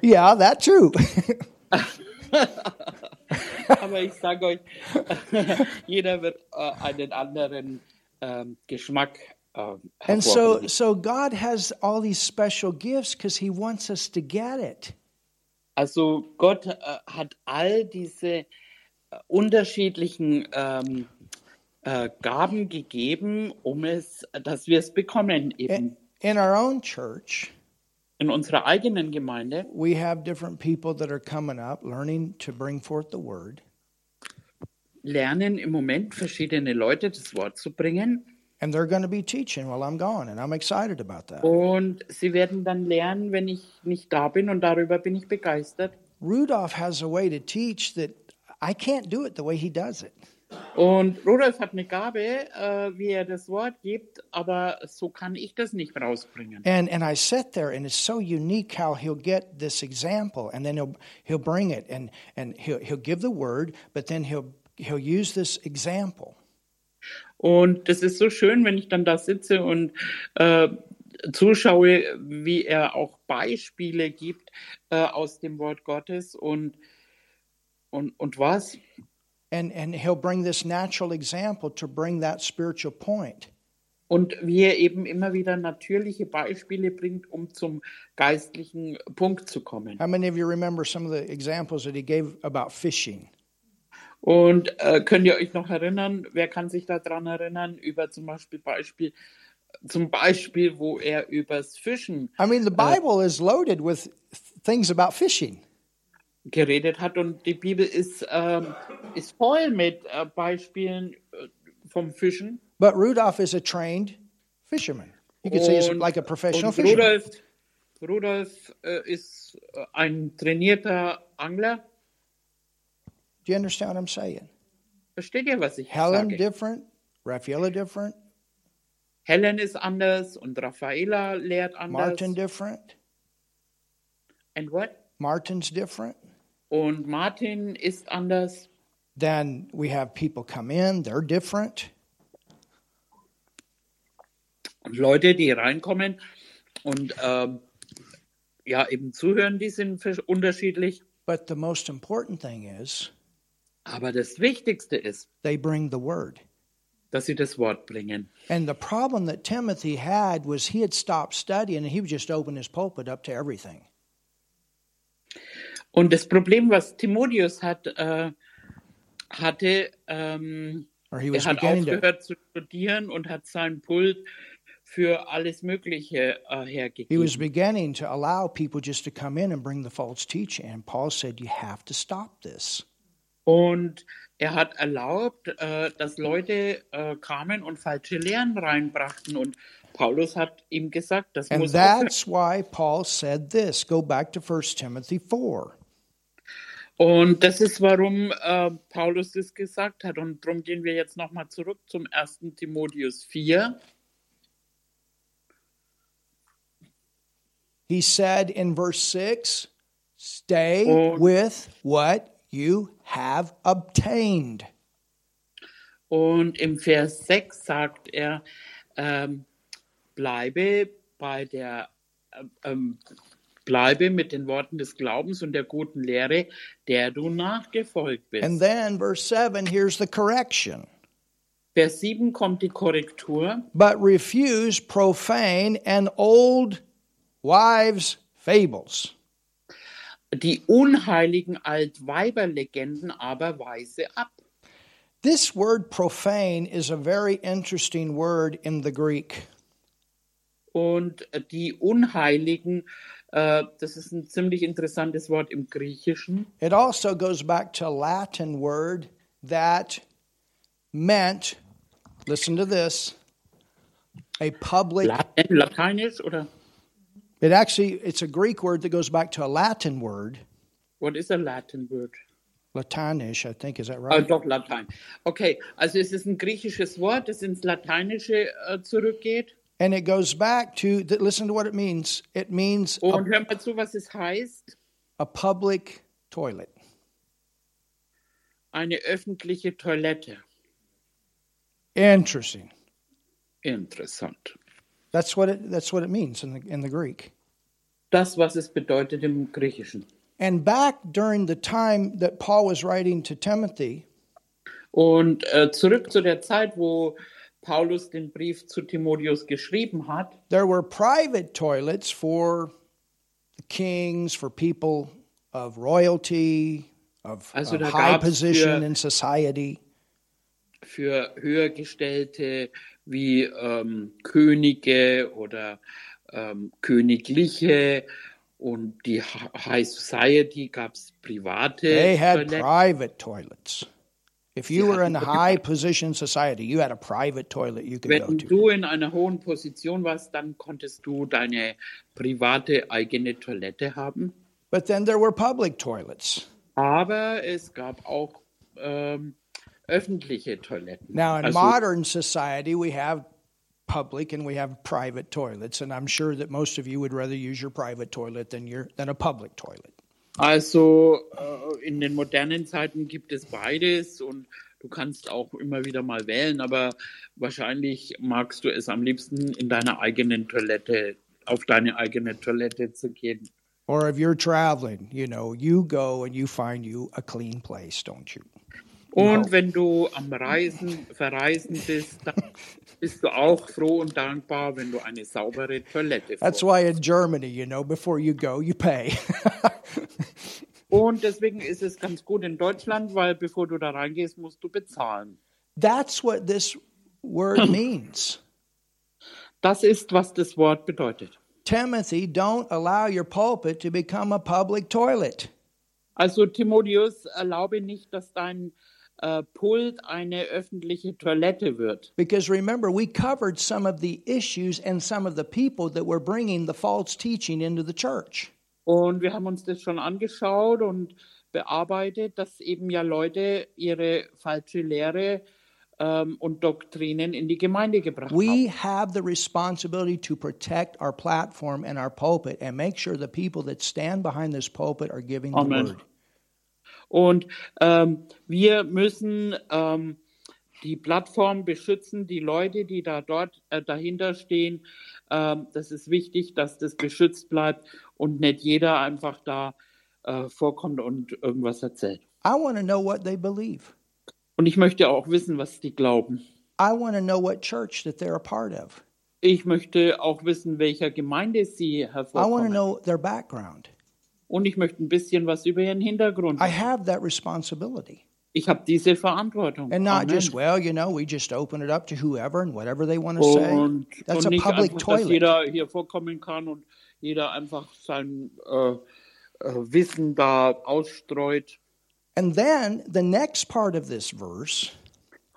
A: Yeah, that too. [laughs]
B: Aber ich sage euch, [laughs] jeder wird äh, einen anderen ähm, Geschmack ähm,
A: And so,
B: hervorbringen.
A: so God has all these special gifts because He wants us to get it.
B: Also Gott äh, hat all diese äh, unterschiedlichen ähm, äh, Gaben gegeben, um es, dass wir es bekommen
A: Äh.
B: eben.
A: In our own church,
B: In unserer eigenen Gemeinde
A: we have different people that are coming up, learning to bring forth the word,
B: lernen im Moment verschiedene Leute das Wort zu bringen
A: and they're going to be teaching while I'm gone, and I'm excited about that.
B: und sie werden dann lernen, wenn ich nicht da bin und darüber bin ich begeistert.
A: Rudolph has a way to teach that I can't do it the way he does it.
B: Und Rudolf hat eine Gabe, äh, wie er das Wort gibt, aber so kann ich das nicht rausbringen.
A: And and I sit there, and it's so unique how he'll get this example, and then he'll he'll bring it, and and he'll he'll give the word, but then he'll he'll use this example.
B: Und das ist so schön, wenn ich dann da sitze und äh, zuschaue, wie er auch Beispiele gibt äh, aus dem Wort Gottes und, und, und was.
A: And, and he'll bring this natural example to bring that spiritual point.
B: Und wie er eben immer wieder natürliche Beispiele bringt, um zum geistlichen Punkt zu kommen.
A: How many of you remember some of the examples that he gave about fishing?
B: Und äh, könnt ihr euch noch erinnern, wer kann sich daran erinnern, über zum Beispiel Beispiel, zum Beispiel, wo er übers Fischen
A: I mean, the Bible is loaded with th- things about fishing.
B: geredet hat. Und die Bibel ist, ähm, ist voll mit äh, Beispielen äh, vom Fischen.
A: But Rudolph is a trained fisherman. You could say he's
B: Und-
A: like a professional
B: und
A: fisherman.
B: Rudolf, Rudolf äh, ist äh, ein trainierter Angler.
A: Do you understand what I'm saying?
B: Versteht ihr, was ich
A: Helen
B: sage?
A: different, Raffaella different,
B: Helen ist anders und Raffaela lehrt anders.
A: Martin different,
B: And what?
A: Martin's different.
B: Und Martin ist anders.
A: Then we have people come in, they're different.
B: Und Leute, die reinkommen und ähm, ja, eben zuhören, die sind versch- unterschiedlich.
A: But the most important thing is
B: Aber das Wichtigste ist,
A: they bring the word.
B: dass sie das Wort bringen.
A: And the problem that Timothy had was he had stopped studying and he would just open his pulpit up to everything.
B: Und das Problem, was Timotheus hat, äh, hatte, ähm,
A: Or he
B: er
A: was
B: hat
A: beginning to
B: aufgehört zu studieren und hat sein Pult für alles Mögliche äh,
A: He was
B: hergegeben.
A: beginning to allow people just to come in and bring the false teaching. And Paul said, You have to stop this.
B: Und er hat erlaubt, äh, dass Leute äh, kamen und falsche Lehren reinbrachten. Und Paulus hat ihm gesagt, das
A: And
B: muss aufhören.
A: that's why Paul said this. Go back to 1 Timothy 4.
B: Und das ist, warum äh, Paulus das gesagt hat. Und darum gehen wir jetzt nochmal zurück zum 1. Timotheus 4.
A: He said in verse 6, Stay
B: Oh.
A: with what you have obtained.
B: Und im Vers 6 sagt er, ähm, bleibe bei der, ähm, ähm, bleibe mit den Worten des Glaubens und der guten Lehre, der du nachgefolgt bist.
A: And then, verse 7, here's the correction.
B: Vers 7 kommt die Korrektur.
A: But refuse profane and old wives' fables.
B: Die unheiligen Altweiberlegenden aber weise ab.
A: This word profane is a very interesting word in the Greek.
B: Und die Unheiligen, äh, das ist ein ziemlich interessantes Wort im Griechischen.
A: It also goes back to a Latin word that meant, listen to this, a public.
B: Latein, Äh, Lateinisch oder
A: It actually, it's a Greek word that goes back to a Latin word,
B: what is a Latin word?
A: Latinish, I think, is that
B: Ah,
A: right?
B: doch, Latein. Okay, also es ist ein griechisches Wort, das ins Lateinische äh, zurückgeht.
A: And it goes back to, th- listen to what it means. It means a,
B: Und hör mal zu, was es heißt.
A: a public toilet.
B: Eine öffentliche Toilette.
A: Interesting.
B: Interessant.
A: That's what it, that's what it means in the, in the Greek.
B: Das, was es bedeutet im Griechischen.
A: And back during the time that Paul was writing to Timothy,
B: Und äh, zurück zu der Zeit, wo Paulus den Brief zu Timotheus geschrieben hat,
A: there were private toilets for the kings, for people of royalty, of,
B: Also
A: of
B: da
A: high
B: gab's
A: position
B: für-
A: in society.
B: für Höhergestellte wie ähm, Könige oder ähm, Königliche und die Hi- High Society gab es private.
A: They had
B: Toiletten.
A: private toilets. If you
B: Sie
A: were in
B: hatten-
A: high position society, you had a private toilet you could go
B: Wenn
A: to.
B: du in einer hohen Position warst, dann konntest du deine private eigene Toilette haben.
A: But then there were public toilets.
B: Aber es gab auch ähm, öffentliche Toiletten.
A: Now, in
B: Also-
A: modern society, we have public and we have private toilets, and I'm sure that most of you would rather use your private toilet than your than a public toilet.
B: Also äh, in den modernen Zeiten gibt es beides und du kannst auch immer wieder mal wählen, aber wahrscheinlich magst du es am liebsten in deiner eigenen Toilette, auf deine eigene Toilette zu gehen.
A: Or if you're traveling, you know, you go and you find you a clean place, don't you?
B: Und wenn du am Reisen, Verreisen bist, dann bist du auch froh und dankbar, wenn du eine saubere Toilette
A: That's
B: hast.
A: why in Germany, you know, before you go, you pay. [laughs]
B: Und deswegen ist es ganz gut in Deutschland, weil bevor du da reingehst, musst du bezahlen.
A: That's what this word means.
B: Das ist, was das Wort bedeutet.
A: Timothy, don't allow your pulpit to become a public toilet.
B: Also Timotheus, erlaube nicht, dass dein äh, Pult eine öffentliche Toilette wird.
A: Because remember, we covered some of the issues and some of the people that were bringing the false teaching into the church.
B: Und wir haben uns das schon angeschaut und bearbeitet, dass eben ja Leute ihre falsche Lehre ähm, und Doktrinen in die Gemeinde gebracht haben.
A: We have the responsibility to protect our platform and our pulpit and make sure the people that stand behind this pulpit are giving the
B: Amen.
A: word.
B: Und ähm, wir müssen ähm, die Plattform beschützen, die Leute, die da dort äh, dahinter stehen. Ähm, das ist wichtig, dass das beschützt bleibt und nicht jeder einfach da äh, vorkommt und irgendwas erzählt.
A: I want to know what they believe.
B: Und ich möchte auch wissen, was die glauben.
A: I want to know what church that they're a part of.
B: Ich möchte auch wissen, welcher Gemeinde sie
A: I want to
B: hervorkommen.
A: know their background.
B: Und ich möchte ein bisschen was über ihren Hintergrund.
A: I have that responsibility.
B: Ich habe diese Verantwortung.
A: and not
B: Amen.
A: just well, you know, we just open it up to whoever and whatever they want to say.
B: und,
A: That's
B: und
A: a
B: nicht
A: public
B: einfach, dass
A: toilet.
B: jeder hier vorkommen kann und jeder einfach sein äh, äh, Wissen da ausstreut.
A: And then the next part of this verse.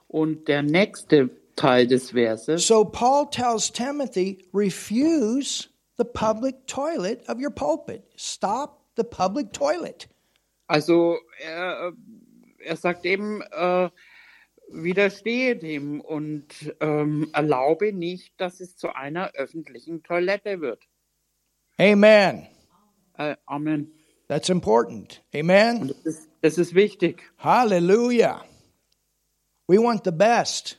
B: Und der nächste Teil des Verses,
A: So Paul tells Timothy, refuse the public toilet of your pulpit. Stop the public toilet.
B: also er, er sagt eben, äh, widerstehe dem und ähm, erlaube nicht, dass es zu einer öffentlichen Toilette wird.
A: Amen.
B: Äh, Amen.
A: That's important. Amen.
B: Das ist, das ist wichtig.
A: Hallelujah. We want the best.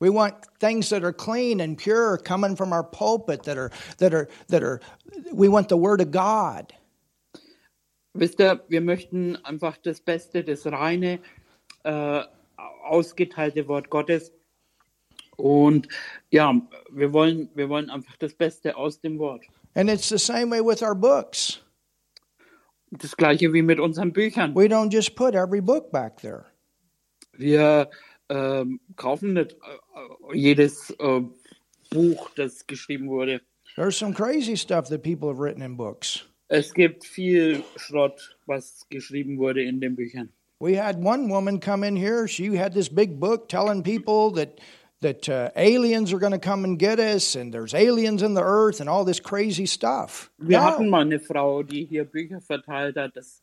A: We want things that are clean and pure coming from our pulpit that are that are that are we want the word of God.
B: Wisst ihr, wir möchten einfach das Beste, das reine, äh, ausgeteilte Wort Gottes. Und ja, wir wollen, wir wollen einfach das Beste aus dem Wort.
A: And it's the same way with our books.
B: Das gleiche wie mit unseren Büchern.
A: We don't just put every book back there.
B: Wir ähm, kaufen nicht äh, jedes äh, Buch, das geschrieben wurde.
A: There's some crazy stuff that people have written in books.
B: Es gibt viel Schrott, was geschrieben wurde in den Büchern.
A: We had one woman come in here. She had this big book telling people that that uh, aliens are going to come and get us, and there's aliens in the earth, and all this crazy stuff.
B: Wir
A: No.
B: hatten mal eine Frau, die hier Bücher verteilt hat, dass,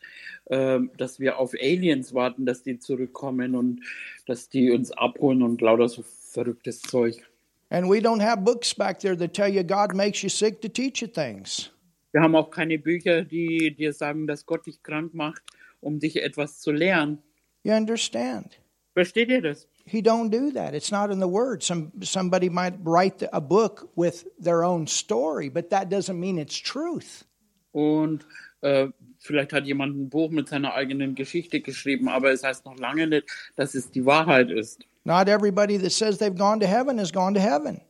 B: ähm, dass wir auf Aliens warten, dass die zurückkommen und dass die uns abholen und lauter so verrücktes Zeug.
A: And we don't have books back there that tell you God makes you sick to teach you things.
B: Wir haben auch keine Bücher, die dir sagen, dass Gott dich krank macht, um dich etwas zu lernen.
A: You understand?
B: Versteht ihr das?
A: He don't do that. It's not in the Word. Some somebody might write a book with their own story, but that doesn't mean it's truth.
B: Und äh, vielleicht hat jemand ein Buch mit seiner eigenen Geschichte geschrieben, aber es heißt noch lange nicht, dass es die Wahrheit ist.
A: Not everybody that says they've gone to heaven has gone to heaven.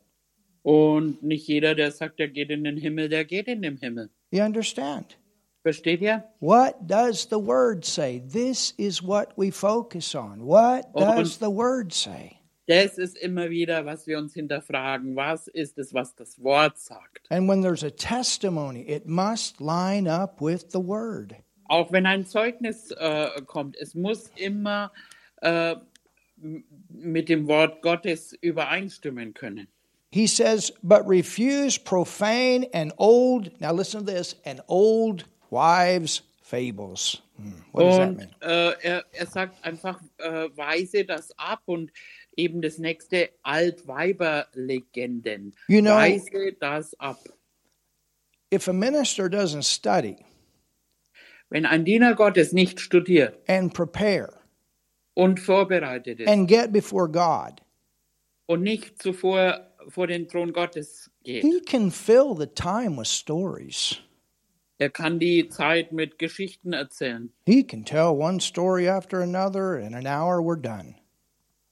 B: Und nicht jeder, der sagt, der geht in den Himmel, der geht in den Himmel.
A: You understand?
B: Versteht ihr?
A: What does the word say? This is what we focus on. What
B: Und-
A: does the word say?
B: Das ist immer wieder, was wir uns hinterfragen. Was ist es, was das Wort sagt?
A: And when there's a testimony, it must line up with the word.
B: Auch wenn ein Zeugnis äh, kommt, es muss immer äh, m- mit dem Wort Gottes übereinstimmen können.
A: He says, but refuse profane and old, now listen to this, and old wives' fables. Hmm, What does that
B: Und
A: mean?
B: äh, er, er sagt einfach, äh, weise das ab und eben das nächste Altweiberlegenden.
A: You know-
B: weise das ab.
A: If a minister doesn't study
B: Wenn ein Diener Gottes nicht studiert
A: and prepare
B: und vorbereitet ist
A: and get before God,
B: und nicht zuvor vor den Thron Gottes geht,
A: he can fill the time with stories.
B: Er kann die Zeit mit Geschichten erzählen.
A: He can tell one story after another. In an hour, we're done.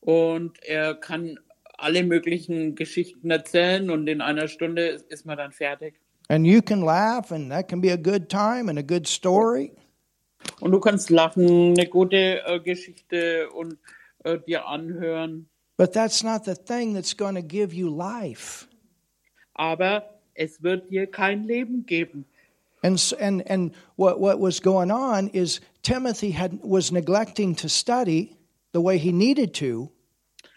B: Und er kann alle möglichen Geschichten erzählen und in einer Stunde ist man dann fertig.
A: And you can laugh, and that can be a good time and a good story.
B: Und du kannst lachen, eine gute äh, Geschichte und äh, dir anhören.
A: But that's not the thing that's going to give you life.
B: Aber es wird dir kein Leben geben.
A: And, s- and, and what, what was going on is Timothy had, was neglecting to study the way he needed to,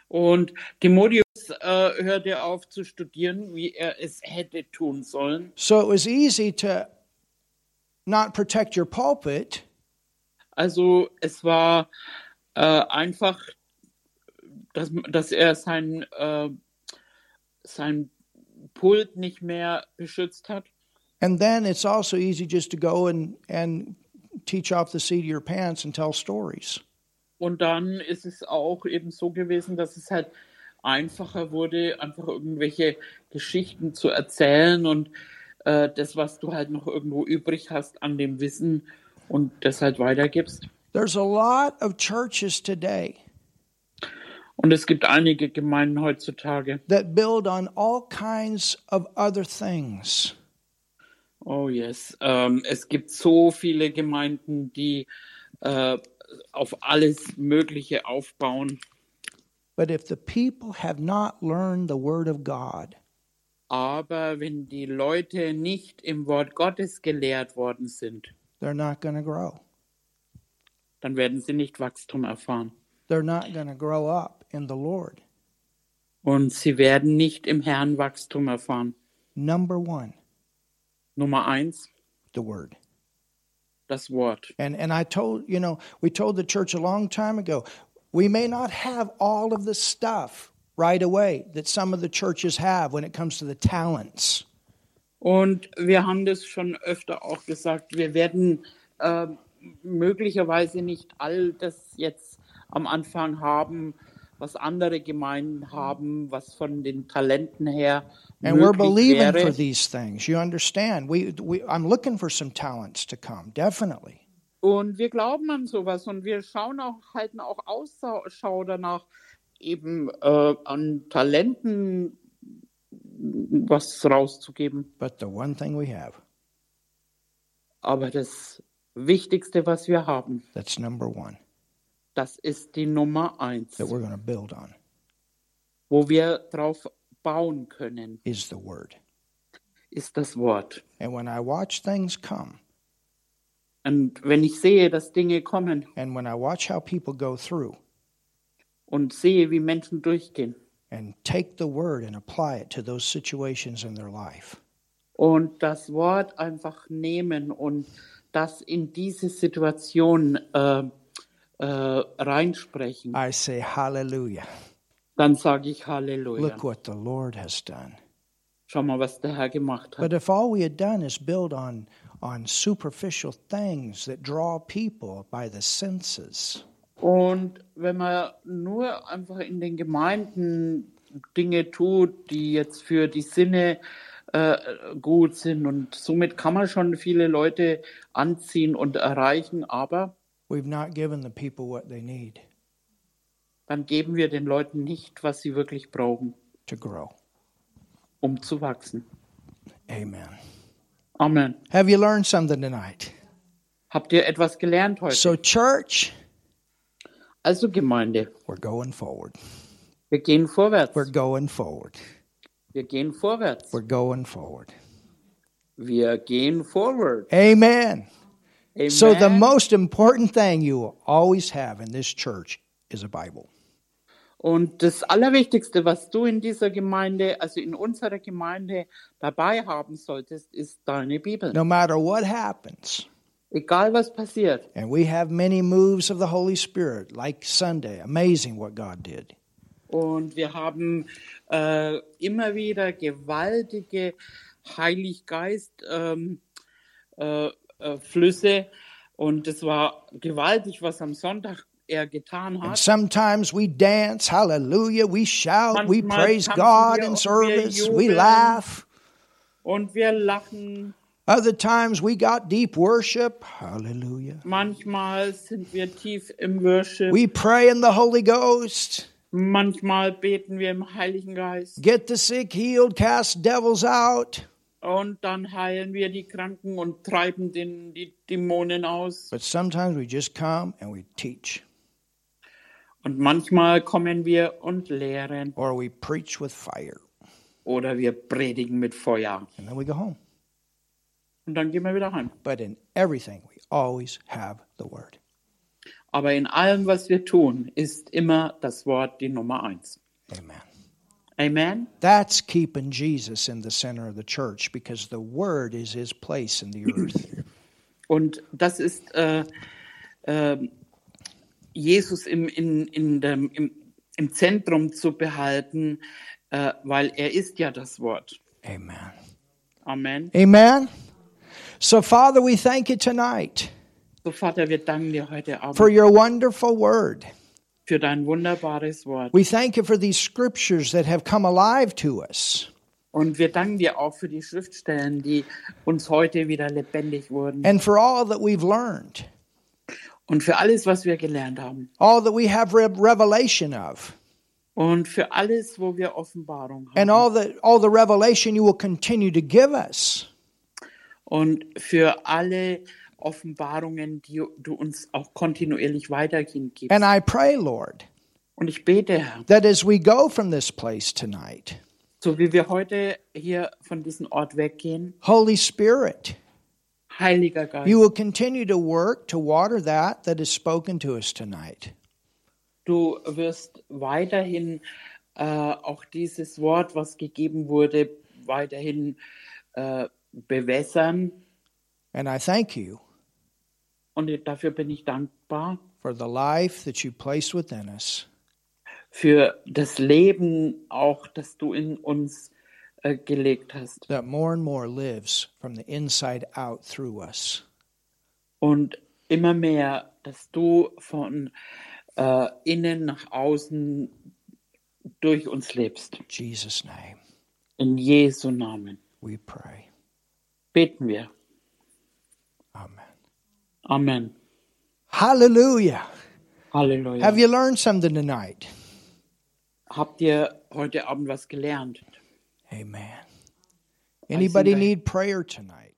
B: Und Timotheus äh, hörte auf zu studieren, wie er es hätte tun sollen.
A: so it was easy to not protect your pulpit
B: Also es war äh, einfach, dass, dass er sein, äh, sein Pult nicht mehr beschützt hat.
A: And then it's also easy just to go and, and teach off the seat of your pants and tell stories.
B: Und dann ist es auch eben so gewesen, dass es halt einfacher wurde, einfach irgendwelche Geschichten zu erzählen und äh, das, was du halt noch irgendwo übrig hast an dem Wissen und das halt weitergibst.
A: There's a lot of churches today
B: Und es gibt einige Gemeinden heutzutage.
A: that build on all kinds of other things.
B: Oh yes, ähm, es gibt so viele Gemeinden, die äh, auf alles Mögliche aufbauen.
A: But if the people have not learned the word of God,
B: Aber wenn die Leute nicht im Wort Gottes gelehrt worden sind,
A: they're not going to grow.
B: dann werden sie nicht Wachstum erfahren.
A: They're not going to grow up in the Lord.
B: Und sie werden nicht im Herrn Wachstum erfahren.
A: Number one,
B: Nummer eins,
A: the word.
B: das Wort.
A: And and I told you know we told the church a long time ago we may not have all of the stuff right away that some of the churches have when it comes to the talents.
B: Und wir haben das schon öfter auch gesagt, wir werden äh, möglicherweise nicht all das jetzt am Anfang haben, was andere Gemeinden haben, was von den Talenten her
A: And we're
B: möglich
A: believing for
B: wäre.
A: these things. You understand? We, we I'm looking for some talents to come, definitely.
B: Und wir glauben an sowas und wir schauen auch, halten auch Ausschau danach eben äh, an Talenten was rauszugeben.
A: But the one thing we have
B: Aber das Wichtigste, was wir haben,
A: that's number one
B: das ist die Nummer eins,
A: that we're going to build on
B: wo wir drauf bauen können,
A: is the word.
B: ist das Wort.
A: And when I watch things come,
B: Und wenn ich sehe, dass Dinge kommen
A: and when I watch how people go through
B: und sehe, wie Menschen durchgehen
A: and take the word and apply it to those situations in their life,
B: und das Wort einfach nehmen und das in diese Situation äh, äh, reinsprechen,
A: I say, Hallelujah.
B: dann sage ich Halleluja.
A: Look what the Lord has done.
B: Schau mal, was der Herr gemacht hat.
A: But if all we had done is build on, on superficial things that draw people by the senses,
B: Und wenn man nur einfach in den Gemeinden Dinge tut, die jetzt für die Sinne äh, gut sind und somit kann man schon viele Leute anziehen und erreichen, aber
A: we've not given the people what they need
B: dann geben wir den Leuten nicht, was sie wirklich brauchen,
A: to grow.
B: um zu wachsen.
A: Amen.
B: Amen.
A: Have you learned something tonight?
B: Habt ihr etwas gelernt heute?
A: So, church,
B: Also Gemeinde,
A: we're going forward.
B: wir gehen vorwärts.
A: We're going forward.
B: Wir gehen vorwärts.
A: We're going forward.
B: Wir gehen forward.
A: Amen. So, the
B: Amen.
A: most important thing you will always have in this church is a Bible.
B: Und das Allerwichtigste, was du in dieser Gemeinde, also in unserer Gemeinde dabei haben solltest, ist deine Bibel.
A: No matter what happens,
B: Egal was passiert.
A: and we have many moves of the Holy Spirit, like Sunday, amazing what God did.
B: Und wir haben äh, immer wieder gewaltige Heiliggeist ähm, äh, äh, Flüsse. Und es war gewaltig, was am Sonntag er getan
A: And
B: hat.
A: sometimes we dance, hallelujah, we shout, we
B: Manchmal
A: praise
B: tanzen
A: God
B: wir
A: in
B: und wir
A: service, we
B: jubeln.
A: laugh.
B: Und wir lachen.
A: Other times we got deep worship. Hallelujah.
B: Manchmal sind wir tief im Worship.
A: We pray in the Holy Ghost.
B: Manchmal beten wir im Heiligen Geist.
A: Get the sick healed, cast devils out.
B: Und dann heilen wir die Kranken und treiben den, die Dämonen aus.
A: But sometimes we just come and we teach,
B: Und manchmal kommen wir und lehren
A: or we preach with fire,
B: oder wir predigen mit Feuer.
A: and then we go home.
B: Und dann gehen wir wieder heim.
A: But in everything, we always have the Word.
B: Aber in allem, was wir tun, ist immer das Wort die Nummer eins.
A: Amen.
B: Amen.
A: That's keeping Jesus in the center of the church because the Word is His place in the earth.
B: Und das ist äh, äh, Jesus im, in, in dem, im, im Zentrum zu behalten, äh, weil er ist ja das Wort.
A: Amen.
B: Amen.
A: Amen. So, Father, we thank you tonight
B: So, Vater, wir danken dir heute Abend
A: for your wonderful Word.
B: für dein wunderbares Wort.
A: We thank you for these scriptures that have come alive to us.
B: Und wir danken dir auch für die Schriftstellen, die uns heute wieder lebendig wurden.
A: And for all that we've learned,
B: Und für alles, was wir gelernt haben.
A: all that we have re- revelation of,
B: Und für alles, wo wir Offenbarung haben.
A: and all the, all the revelation you will continue to give us.
B: Und für alle Offenbarungen, die du uns auch kontinuierlich weitergeben gibst.
A: And I pray, Lord,
B: Und ich bete, Herr,
A: that as we go from this place tonight,
B: so wie wir heute hier von diesem Ort weggehen,
A: Holy Spirit,
B: Heiliger Geist,
A: you will continue to work to water that that is spoken to us tonight.
B: du wirst weiterhin äh, auch dieses Wort, was gegeben wurde, weiterhin äh, bewässern.
A: And I thank you
B: Und dafür bin ich dankbar
A: for the life that you place within us.
B: für das Leben, auch das du in uns äh, gelegt hast.
A: that more and more lives from the inside out through us.
B: Und immer mehr, dass du von äh, innen nach außen durch uns lebst.
A: In Jesus' name
B: In Jesu Namen
A: we pray.
B: beten wir.
A: Amen.
B: Amen.
A: Hallelujah.
B: Halleluja.
A: Have you learned something tonight?
B: Habt ihr heute Abend was gelernt?
A: Amen. Anybody
B: that.
A: need prayer tonight?